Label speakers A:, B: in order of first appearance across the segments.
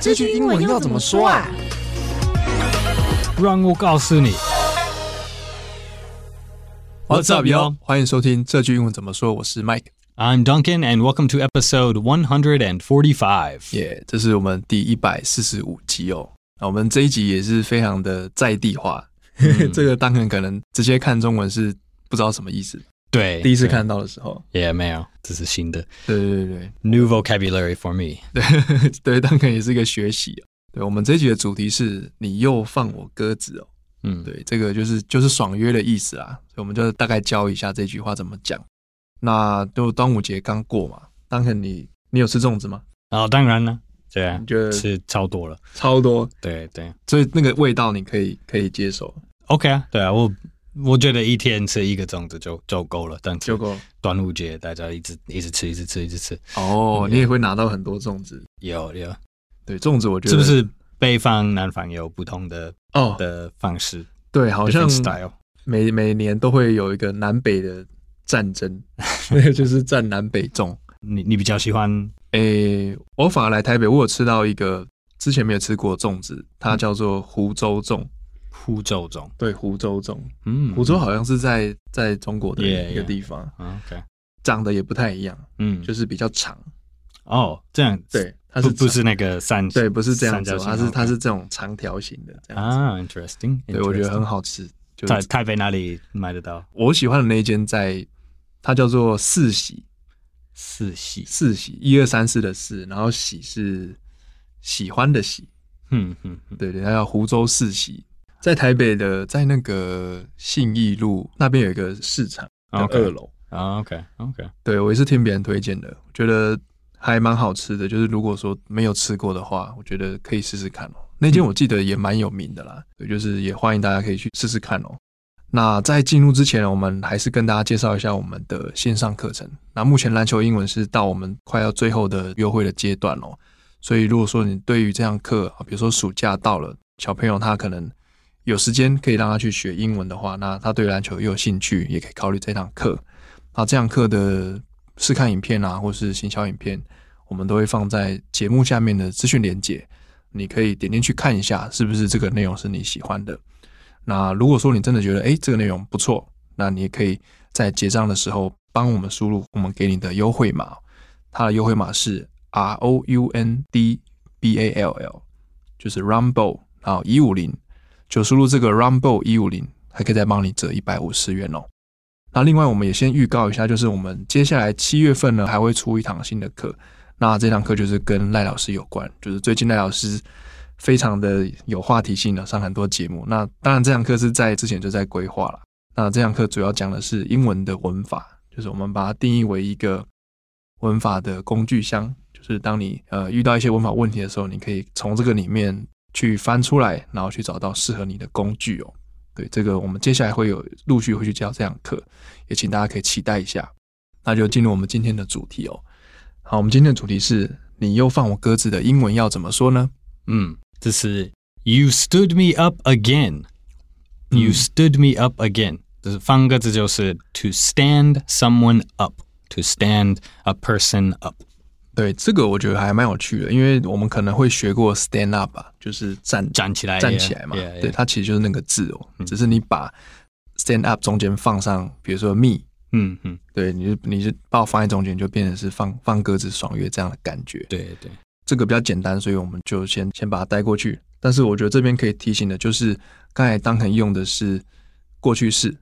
A: 这句英文要怎么说啊？
B: 让我告诉你。
C: What's up, y'all？欢迎收听这句英文怎么说。我是 Mike，
B: I'm Duncan, and welcome to episode 145.
C: 耶这是我们第一百四十五集哦。那我们这一集也是非常的在地化， 这个当然可能直接看中文是不知道什么意思，
B: 对，
C: 第一次看到的时候，
B: 也没有，这是新的
C: 对对对
B: new vocabulary for me.
C: 对 对，当然也是一个学习啊、对我们这一集的主题是你又放我鸽子哦，
B: 嗯，
C: 对，这个就是就是爽约的意思啊，所以我们就大概教一下这句话怎么讲。那就端午节刚过嘛，当然你你有吃粽子吗？
B: 哦，当然了，对啊，
C: 你觉得
B: 是超多了，对对。
C: 超多，所以那个味道你可以可以接受
B: OK 啊，对啊，我我觉得一天吃一个粽子就就够了，但
C: 就
B: 就
C: 够了。
B: 端午节大家一直一直吃，一直吃，一直吃，
C: 哦，你也会拿到很多粽子，
B: 有有，
C: 对，粽子我觉得
B: 是不是北方南方有不同的
C: 哦？
B: 的方式？
C: 对，好像
B: different style
C: 每每年都会有一个南北的战争，那个 就是战南北粽。
B: 你你比较喜欢
C: 诶、我反而来台北，我有吃到一个之前没有吃过的粽子，它叫做湖州粽。
B: 湖州粽？
C: 对，湖州粽，
B: 嗯，
C: 湖州好像是在在中国的
B: Yeah,
C: 一个
B: yeah.
C: 地方
B: 啊，OK，
C: 长得也不太一样，
B: 嗯，
C: 就是比较长。
B: 哦，这样，
C: 对，它是
B: 不不
C: 长
B: 是那个三
C: 对，不是这样子
B: 三角
C: 哦，
B: 形
C: 它是它
B: OK
C: 是这种长条形的这样子。
B: 啊，interesting，
C: 对，我觉得很
B: interesting
C: 好吃。就
B: 在
C: 是
B: 台北哪里买得到？
C: 我喜欢的那一间在，它叫做四喜，
B: 四喜，
C: 四喜一二三四的四，然后喜是喜欢的喜，
B: 嗯嗯嗯，
C: 对对，它叫湖州四喜，在台北的，在那个信义路那边有一个市场的
B: OK
C: 二楼。
B: 啊，OK OK，
C: 对我也是听别人推荐的，我觉得还蛮好吃的。就是如果说没有吃过的话，我觉得可以试试看哦。那间我记得也蛮有名的啦，对，就是也欢迎大家可以去试试看哦。那在进入之前，我们还是跟大家介绍一下我们的线上课程。那目前篮球英文是到我们快要最后的约会的阶段哦，所以如果说你对于这堂课，比如说暑假到了，小朋友他可能有时间可以让他去学英文的话，那他对篮球又有兴趣，也可以考虑这堂课。那这堂课的试看影片啊，或是行销影片，我们都会放在节目下面的资讯连接，你可以点进去看一下，是不是这个内容是你喜欢的。那如果说你真的觉得，诶这个内容不错，那你也可以在结账的时候帮我们输入我们给你的优惠码，它的优惠码是 R O U N D B A L L，就是 Rumble，然后一五零，就输入这个 Rumble 一五零，还可以再帮你折一百五十元哦。那另外，我们也先预告一下，就是我们接下来七月份呢还会出一堂新的课，那这堂课就是跟赖老师有关，就是最近赖老师非常的有话题性的上很多节目。那当然，这堂课是在之前就在规划了。那这堂课主要讲的是英文的文法，就是我们把它定义为一个文法的工具箱，就是当你呃遇到一些文法问题的时候，你可以从这个里面去翻出来，然后去找到适合你的工具哦。对，这个我们接下来会有陆续会去教这堂课。也请大家可以期待一下。那就进入我们今天的主题哦。好，我们今天的主题是你又放我鸽子的英文要怎么说呢？
B: 嗯，这是 You stood me up again。You
C: 嗯
B: stood me up again，就是方格子就是 to stand someone up，to stand a person up。
C: 对，这个我觉得还蛮有趣的，因为我们可能会学过 stand up 啊，就是站
B: 站起来，嗯
C: 站起来嘛。
B: yeah, yeah,
C: 对，它其实就是那个字哦，只是你把 stand up 中间放上，比如说 me，
B: 嗯嗯，
C: 对，你就你就把我放在中间，就变成是放放鸽子爽约这样的感觉。
B: 对对，
C: 这个比较简单，所以我们就先先把它带过去。但是我觉得这边可以提醒的就是，刚才当肯用的是过去式，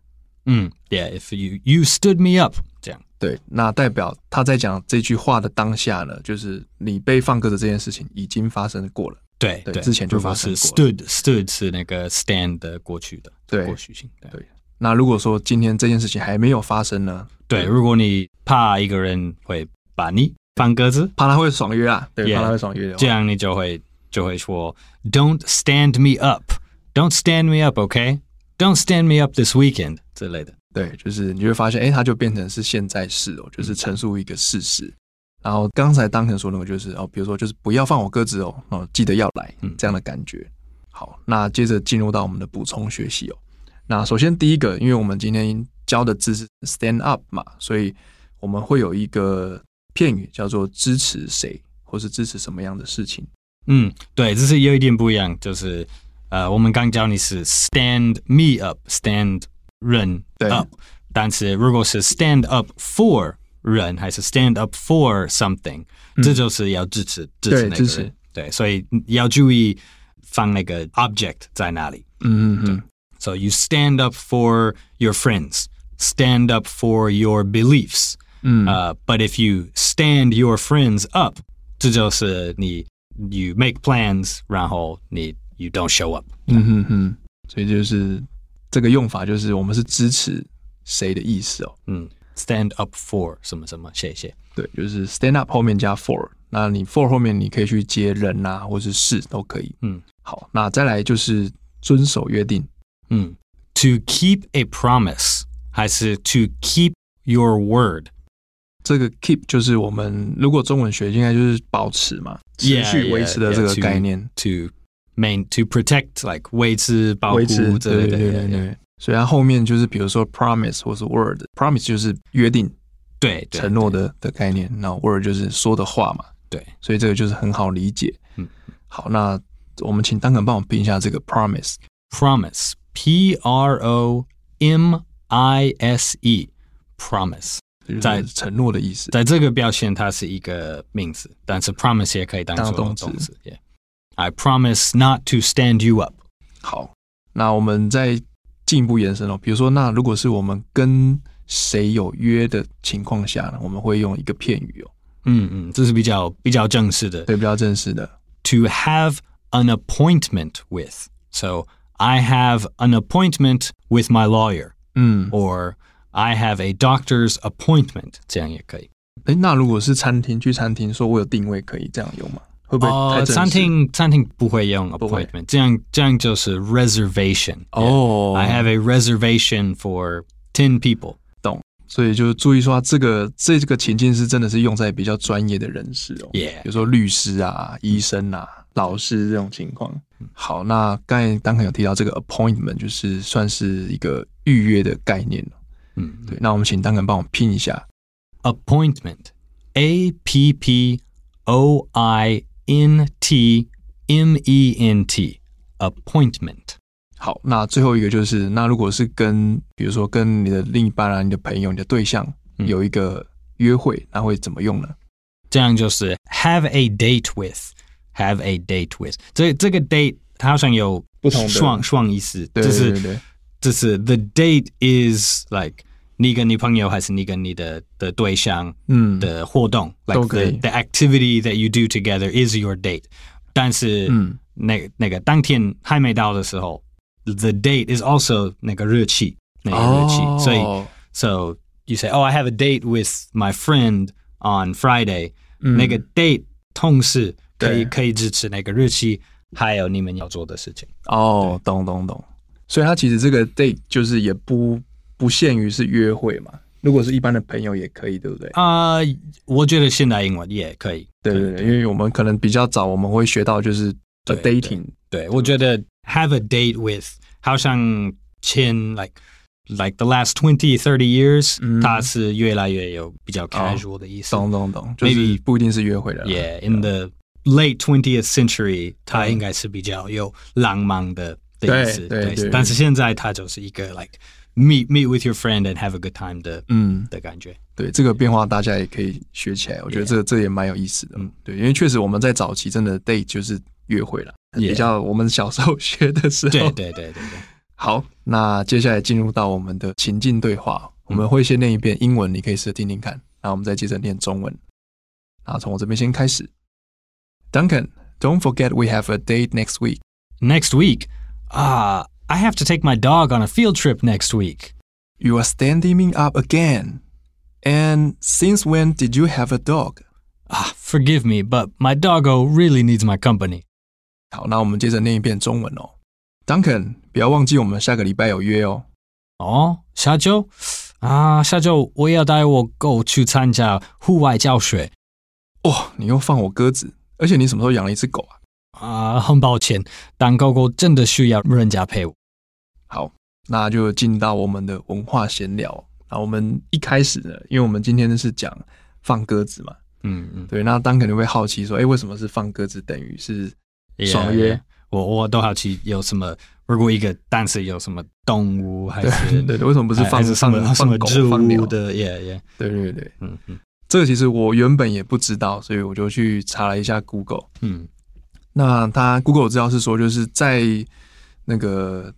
B: 嗯，Yeah，if you you stood me up，这样，
C: 对，那代表他在讲这句话的当下呢，就是你被放鸽子这件事情已经发生过了。
B: 对
C: 对之前就
B: 如果
C: 发生
B: 是
C: 过
B: stood stood 是那个 stand 的过去的，
C: 对
B: 过去性，对
C: 对那如果说今天这件事情还没有发生呢，
B: 对，如果你怕一个人会把你放鸽子，
C: 怕他会爽约啊，对
B: Yeah，
C: 怕他会爽约的
B: 这
C: 话，
B: 样你就会就会说，Don't stand me up, Don't stand me up, OK? Don't stand me up this weekend 之类的。
C: 对，就是你就会发现，哎，他就变成是现在式哦，就是陈述一个事实。然后刚才当成说那个就是哦，比如说就是不要放我鸽子哦，哦，记得要来
B: 嗯
C: 这样的感觉。好，那接着进入到我们的补充学习哦。那首先第一个，因为我们今天教的字是 stand up 嘛，所以我们会有一个片语叫做支持谁或或是支持什么样的事情。
B: 嗯，对，这是有一点不一样，就是呃，我们刚教你是 stand me up，stand 人
C: 对
B: up，但是如果是 stand up for 人还是 stand up for something，、这就是要支持支
C: 嗯
B: 持
C: 对
B: 那个
C: 支持
B: 人，对，所以要注意放那个 object 在哪里。
C: 嗯嗯嗯，
B: So you stand up for your friends, stand up for your beliefs.
C: Mm.
B: Uh, but if you stand your friends up, 这就是你- you make plans, 然后你- you don't show up.
C: 嗯哼哼，所以就是这个用法，就是我们是支持谁的意思哦。
B: Mm. Stand up for 什么什么，谢谢。
C: 对，就是 stand up 后面加 for，那你 for 后面你可以去接人呐、或是事都可以。
B: 嗯，
C: 好，那再来就是遵守约定。
B: 嗯。To keep a promise 还是 to keep your word?
C: 这个 keep 就是我们如果中文学应该就是保持嘛，持
B: Yeah,
C: 续维持的
B: yeah,
C: 这个
B: yeah, to-
C: 概念。
B: To main to protect like
C: 维持，对对对
B: 维持保护之类的。
C: 对。所以它后面就是比如说 promise 或是 word，promise 就是约定、
B: 对，对，
C: 承诺的的概念，那 word 就是说的话嘛，
B: 对。
C: 所以这个就是很好理解。
B: 嗯，
C: 好，那我们请丹肯帮我拼一下这个 promise。
B: promise. P R O M I S E. Promise.
C: 就是
B: 在
C: 承诺的意思，
B: 在这个表现，它是一个名词，但是 promise 也可以当做
C: 当
B: 动
C: 动
B: 词。
C: 词
B: Yeah. I promise not to stand you up.
C: 好，那我们再进一步延伸哦，比如说，那如果是我们跟谁有约的情况下呢，我们会用一个片语哦，
B: 嗯嗯，这是比较比较正式的。
C: 对，比较正式的，
B: To have an appointment with. So I have an appointment with my lawyer,
C: 嗯，
B: or I have a doctor's appointment. 这样也可以。
C: 诶，那如果是餐厅，去餐厅说我有定位，可以这样用吗？会不会太
B: 哦，
C: 正式？
B: 餐厅餐厅 Oh, 不会用
C: 会
B: appointment，这样这样就是 reservation。
C: 哦
B: I have a reservation for ten people.
C: 所以就注意说，这个这个情境是真的是用在比较专业的人士哦
B: Yeah
C: 比如说律师啊、医生啊、老师这种情况。好，那刚才当肯有提到这个 appointment，就是算是一个预约的概念哦
B: 嗯
C: 对，那我们请当肯帮我拼一下。
B: Appointment. A P P O I N T M E N T. Appointment.
C: 好，那最后一个就是，那如果是跟比如说跟你的另一半啊、你的朋友、你的对象
B: 嗯
C: 有一个约会，那会怎么用呢？
B: 这样就是 have a date with. Have a date with. 这这个 date 它好像有
C: 不同的。
B: 双双意思，
C: 对
B: 就是
C: 对对对，
B: 就是 the date is like 你跟你朋友还是你跟你的的对象
C: 嗯，
B: the 活动，like the
C: 都可以。
B: the activity that you do together is your date. 但是
C: 嗯。
B: 那-那个当天还没到的时候，the date is also 那个日期，那个日期。
C: 哦。
B: 所以- so you say, oh, I have a date with my friend on Friday. 那个 date 同时可
C: 对。
B: 以-可以支持那个日期，还有你们要做的事情。
C: 哦，懂懂懂。所以它其实这个 date 就是也不不限于是约会嘛，如果是一般的朋友也可以，对不对？
B: 啊，我觉得现代英文也可以。
C: 对对对，因为我们可能比较早，我们会学到就是
B: 对
C: a dating，
B: 对，我觉得 have a date with 好像前 like like the last 20 30 years
C: 嗯。
B: 它是越来越有比较 casual 的意思。
C: 懂懂懂，就是不一定是约会的啦。
B: Yeah, in the late 20th century 它应该是比较有浪漫的-的意思，
C: 对，对，
B: 对，
C: 对。
B: 但是现在它就是一个 like meet meet with your friend and have a good time 的-
C: 嗯，
B: 的感觉。
C: 对，这个变化大家也可以学起来，我觉得
B: Yeah
C: 这这也蛮有意思的
B: 嗯。
C: 对，因为确实我们在早期真的 date 就是约会了，
B: Yeah
C: 比较我们小时候 学的时候。
B: 对，对，对，对，对。
C: 好，那接下来进入到我们的情境对话，我
B: 嗯
C: 们会先念一遍英文，你可以试着听听看，然后我们再接着念中文。那从我这边先开始。Duncan, don't forget we have a date next week.
B: Next week, ah, I have to take my dog on a field trip next week.
C: You are standing me up again. And since when did you have a dog?
B: Ah, forgive me, but my doggo really needs my company.
C: 好，那我们接着念一遍中文哦。Duncan，不要忘记我们下个礼拜有约哦。
B: 哦，下周啊，下周 Ah, 我要带我狗去参加户外教学
C: 哦，你又放我鸽子，而且你什么时候养了一只狗啊？
B: 啊。很抱歉，但狗狗真的需要人家陪我。
C: 好，那就进到我们的哦文化闲聊。那我们一开始呢，因为我们今天是讲放鸽子嘛，
B: 嗯嗯，
C: 对，那当肯定会好奇说，哎、为什么是放鸽子等于是
B: Yeah,
C: 爽约
B: yeah. 我我都好奇有什么，如果一个单词有什么动物还是
C: 对对对，为什 么不
B: 不
C: 是放
B: 嗯哎是什
C: 放
B: 么什么
C: 放狗
B: 植
C: 放
B: 物
C: 鸟？
B: 的？Yeah yeah，
C: 对对对，
B: 嗯嗯
C: 这个其实我原本也不知道，所以我就去查了一下 Google。
B: 嗯
C: 那他 Google 资料是说，就是在那个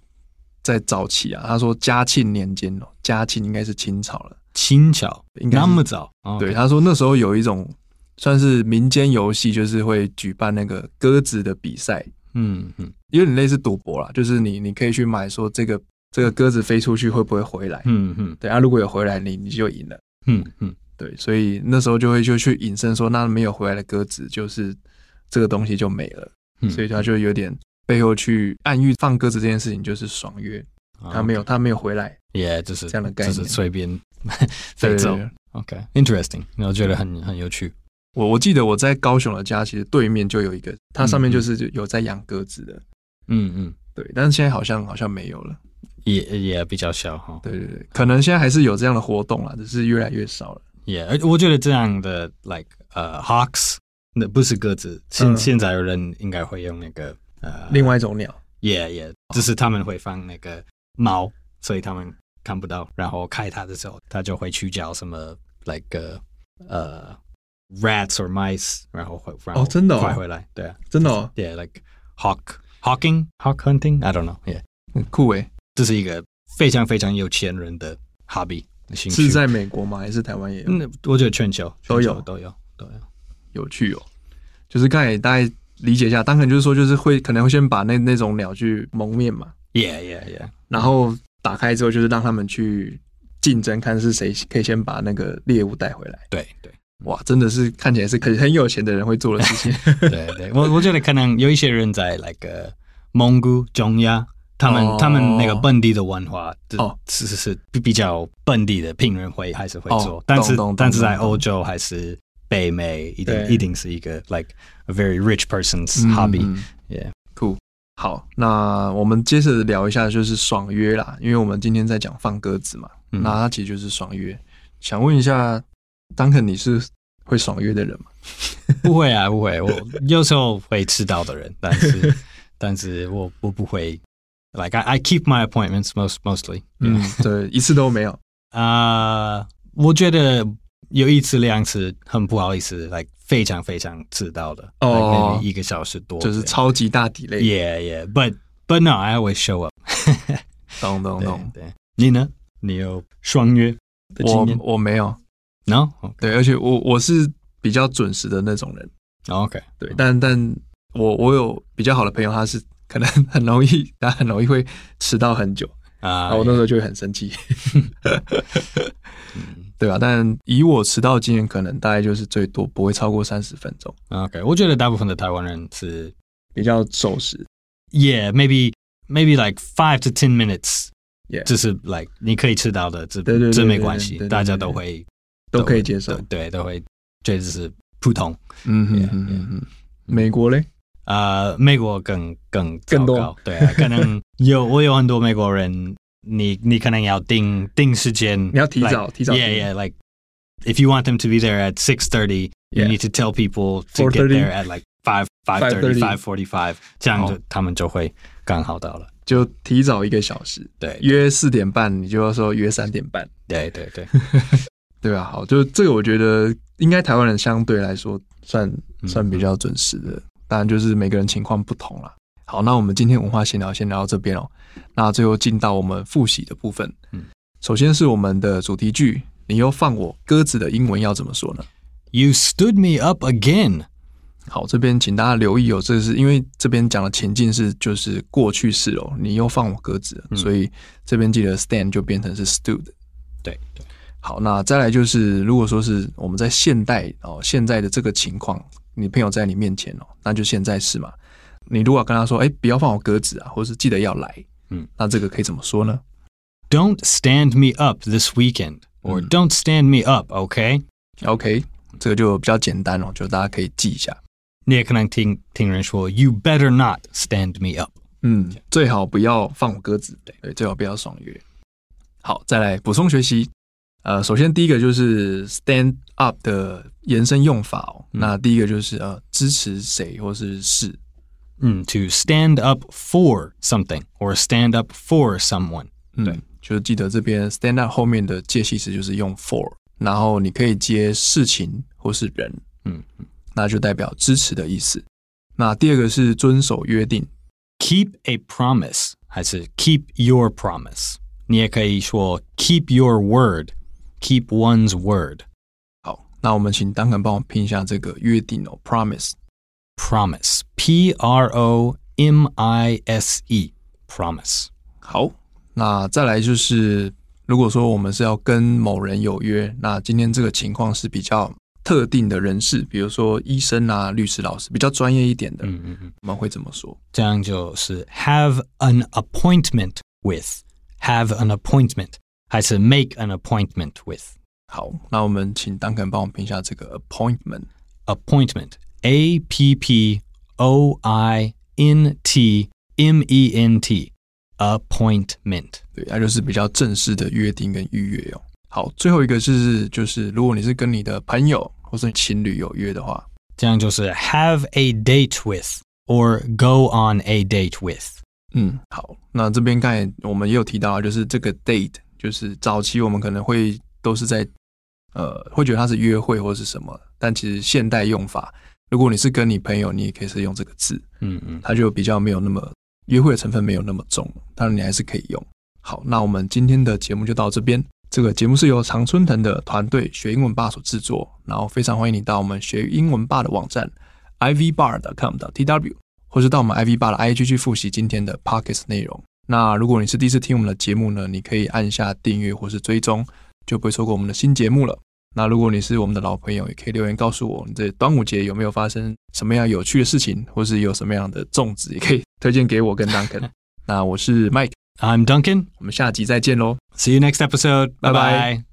C: 在早期啊，他说嘉庆年间哦，嘉庆应该是清朝了。
B: 轻巧，
C: 应该是
B: 那么早？哦
C: 对，，他说那时候有一种算是民间游戏，就是会举办那个鸽子的比赛，
B: 嗯嗯
C: 有点类似赌博啦，就是你你可以去买说这个这个鸽子飞出去会不会回来？
B: 嗯嗯
C: 对啊，如果有回来，你你就赢了。
B: 嗯嗯
C: 对，所以那时候就会就去引申说，那没有回来的鸽子就是这个东西就没了，
B: 嗯，
C: 所以他就有点背后去暗喻放鸽子这件事情就是爽约，他
B: 啊
C: 没有他没有回来，
B: ，Yeah，就是
C: 这样的概
B: 就
C: 念
B: 是随便
C: 对
B: 飞
C: 对
B: 走
C: 对。
B: OK，interesting，我觉得很很有趣。
C: 我我记得我在高雄的家，其实对面就有一个，它上面
B: 嗯嗯
C: 就是有在养鸽子的，
B: 嗯嗯，
C: 对，但是现在好像好像没有了，
B: 也也比较小哈。
C: 对对对，可能现在还是有这样的活动啦，只是越来越少了。
B: Yeah，而我觉得这样的 like 呃 hawks，那不是鸽子，现、
C: 嗯
B: 现在有人应该会用那个呃，
C: 另外一种鸟，
B: yeah yeah，就是他们会放那个猫，所以他们看不到，然后开它的时候，它就会去叫什么 like 呃呃 rats or mice，然后会然后
C: 真的哦
B: 快回来，对啊
C: 真的哦，
B: ，yeah like hawk hawking hawk hunting，I don't know，yeah，
C: 很酷欸诶，
B: 这是一个非常非常有钱人的 hobby 兴趣，
C: 是在美国吗？还是台湾也有？
B: 嗯，我觉得全球
C: 都有
B: 全球都有都有。
C: 有趣哦。就是刚才也大概理解一下，当然就是说，就是会可能会先把那那种鸟去蒙面嘛，
B: Yeah, yeah, yeah.
C: 然后打开之后就是让他们去竞争，看是谁可以先把那个猎物带回来。
B: 对对
C: 哇，真的是看起来是很很有钱的人会做的事情。
B: 对对，我我觉得可能有一些人在 like 呃蒙古、中亚，他们、
C: 哦
B: 他们那个本地的文化，
C: 哦
B: 是是是比比较本地的平人会还是会做，
C: 哦
B: 但是
C: 懂懂
B: 但是在
C: 懂懂
B: 欧洲还是北美，一定
C: 对
B: 一定是一个 like a very rich person's
C: 嗯
B: hobby、
C: 嗯
B: Yeah
C: 酷。好，那我们接着聊一下就是爽约啦，因为我们今天在讲放鸽子嘛，
B: 嗯
C: 那它其实就是爽约。想问一下，Duncan，你是会爽约的人吗？
B: 不会啊，不会，我有时候会迟到的人，但是 但是我我不会，like I I keep my appointments most mostly、
C: 嗯，对，一次都没有。
B: 啊、我觉得有一次两次很不好意思，like 非常非常迟到的，
C: 哦
B: like, maybe 一个小时多，
C: 就是超级大底类。
B: yeah yeah。But but no, I always show up
C: 懂懂
B: 对。
C: 懂。
B: 对，你呢？你有双约的经
C: 我
B: 验
C: 我没有，
B: ？No，哦
C: 对，而且我我是比较准时的那种人，
B: OK，
C: 对，但但我我有比较好的朋友，他是可能 很容易，他很容易会迟到很久，
B: 啊
C: 然后我那时候就会很生气， 对吧、啊但以我迟到经验，可能大概就是最多不会超过三十分钟，
B: ，OK，我觉得大部分的台湾人是
C: 比较守时。
B: ，yeah，maybe maybe like five to ten minutes。
C: Yeah
B: 就是 like 你可以迟到的，这
C: 对对对
B: 这没
C: 对
B: 关
C: 对
B: 系
C: 对，对
B: 大家
C: 对
B: 都
C: 对
B: 会
C: 都可以
B: 会
C: 接受
B: 都对，都会觉得是普通。
C: 嗯哼
B: Yeah,
C: 嗯哼嗯哼，美国嘞，
B: 呃，美国更更
C: 更多
B: 糟糕对、 啊，可能有我有很多美国人，你你可能要定定时间，
C: 你要提早提早
B: yeah yeah like if you want them to be there at six thirty, you
C: Yeah.
B: need to tell people to
C: 4:30
B: get there at like five five
C: 5:30
B: thirty five forty five，这样就、
C: 好
B: 他们就会刚好到了。
C: 就提早一个小时，
B: 对
C: 约四点半，你就要说约三点半。
B: 对对对，
C: 对啊，好，就是这个，我觉得应该台湾人相对来说算
B: 嗯
C: 算比较准时的，当然就是每个人情况不同啦。好，那我们今天文化闲聊先聊到这边哦。那最后进到我们复习的部分，
B: 嗯
C: 首先是我们的主题句，你又放我鸽子的英文要怎么说呢？
B: You stood me up again。
C: 好，这边请大家留意哦，这是因为这边讲的情境是就是过去式哦，你又放我鸽子了，
B: 嗯
C: 所以这边记得 stand 就变成是 stood。
B: 对对，
C: 好，那再来就是，如果说是我们在现代哦，现在的这个情况，你朋友在你面前哦，那就现在是嘛。你如果跟他说，哎、不要放我鸽子啊，或是记得要来，
B: 嗯，
C: 那这个可以怎么说呢？
B: Don't stand me up this weekend, or don't stand me up, okay?
C: OK，这个就比较简单哦，就大家可以记一下。
B: 你也可能听听人说 "You better not stand me up."
C: 嗯，最好不要放我鸽子，对，最好不要爽约。好，再来补充学习。呃，首先第一个就是 stand up 的延伸用法哦。
B: 嗯
C: 那第一个就是呃，支持谁或是是，
B: Mm, to stand up for something or stand up for someone.
C: 对，嗯就是记得这边 stand up 后面的介系词就是用 for，然后你可以接事情或是人，
B: 嗯，
C: 那就代表支持的意思。那第二个是遵守约定，
B: Keep a promise 还是 keep your promise. 你也可以说 keep your word, keep one's word.
C: 好，那我们请丹肯帮我拼一下这个约定哦，promise。
B: Promise. P R O M I S E. Promise.
C: 好，那再来就是，如果说我们是要跟某人有约，那今天这个情况是比较特定的人士，比如说医生啊、律师、老师，比较专业一点的，
B: 嗯嗯嗯。
C: 我们会怎么说？
B: 这样就是 have an appointment with. Have an appointment. 还是 make an appointment with.
C: 好，那我们请丹肯帮我们拼一下这个 appointment。
B: appointment. A P P O I N T M E N T. Appointment.
C: 对，那就是比较正式的约定跟预约哦。好，最后一个是就是，如果你是跟你的朋友或是情侣有约的话，
B: 这样就是 have a date with or go on a date with.
C: 嗯，好，那这边刚才我们也有提到，啊就是这个 date，就是早期我们可能会都是在呃会觉得它是约会或是什么，但其实现代用法，如果你是跟你朋友，你也可以是用这个字，
B: 嗯嗯。
C: 它就比较没有那么约会的成分没有那么重，当然你还是可以用。好，那我们今天的节目就到这边。这个节目是由常春藤的团队学英文吧所制作，然后非常欢迎你到我们学英文吧的网站 ivbar.com.tw，或是到我们 iv 吧的 IG 去复习今天的 podcast 内容。那如果你是第一次听我们的节目呢，你可以按下订阅或是追踪，就不会错过我们的新节目了。那如果你是我们的老朋友，也可以留言告诉我，你这端午节有没有发生什么样有趣的事情，或是有什么样的粽子，也可以推荐给我跟 Duncan。那我是 Mike，
B: I'm Duncan.
C: 我们下集再见喽。
B: See you next episode. Bye bye.
C: Bye-bye.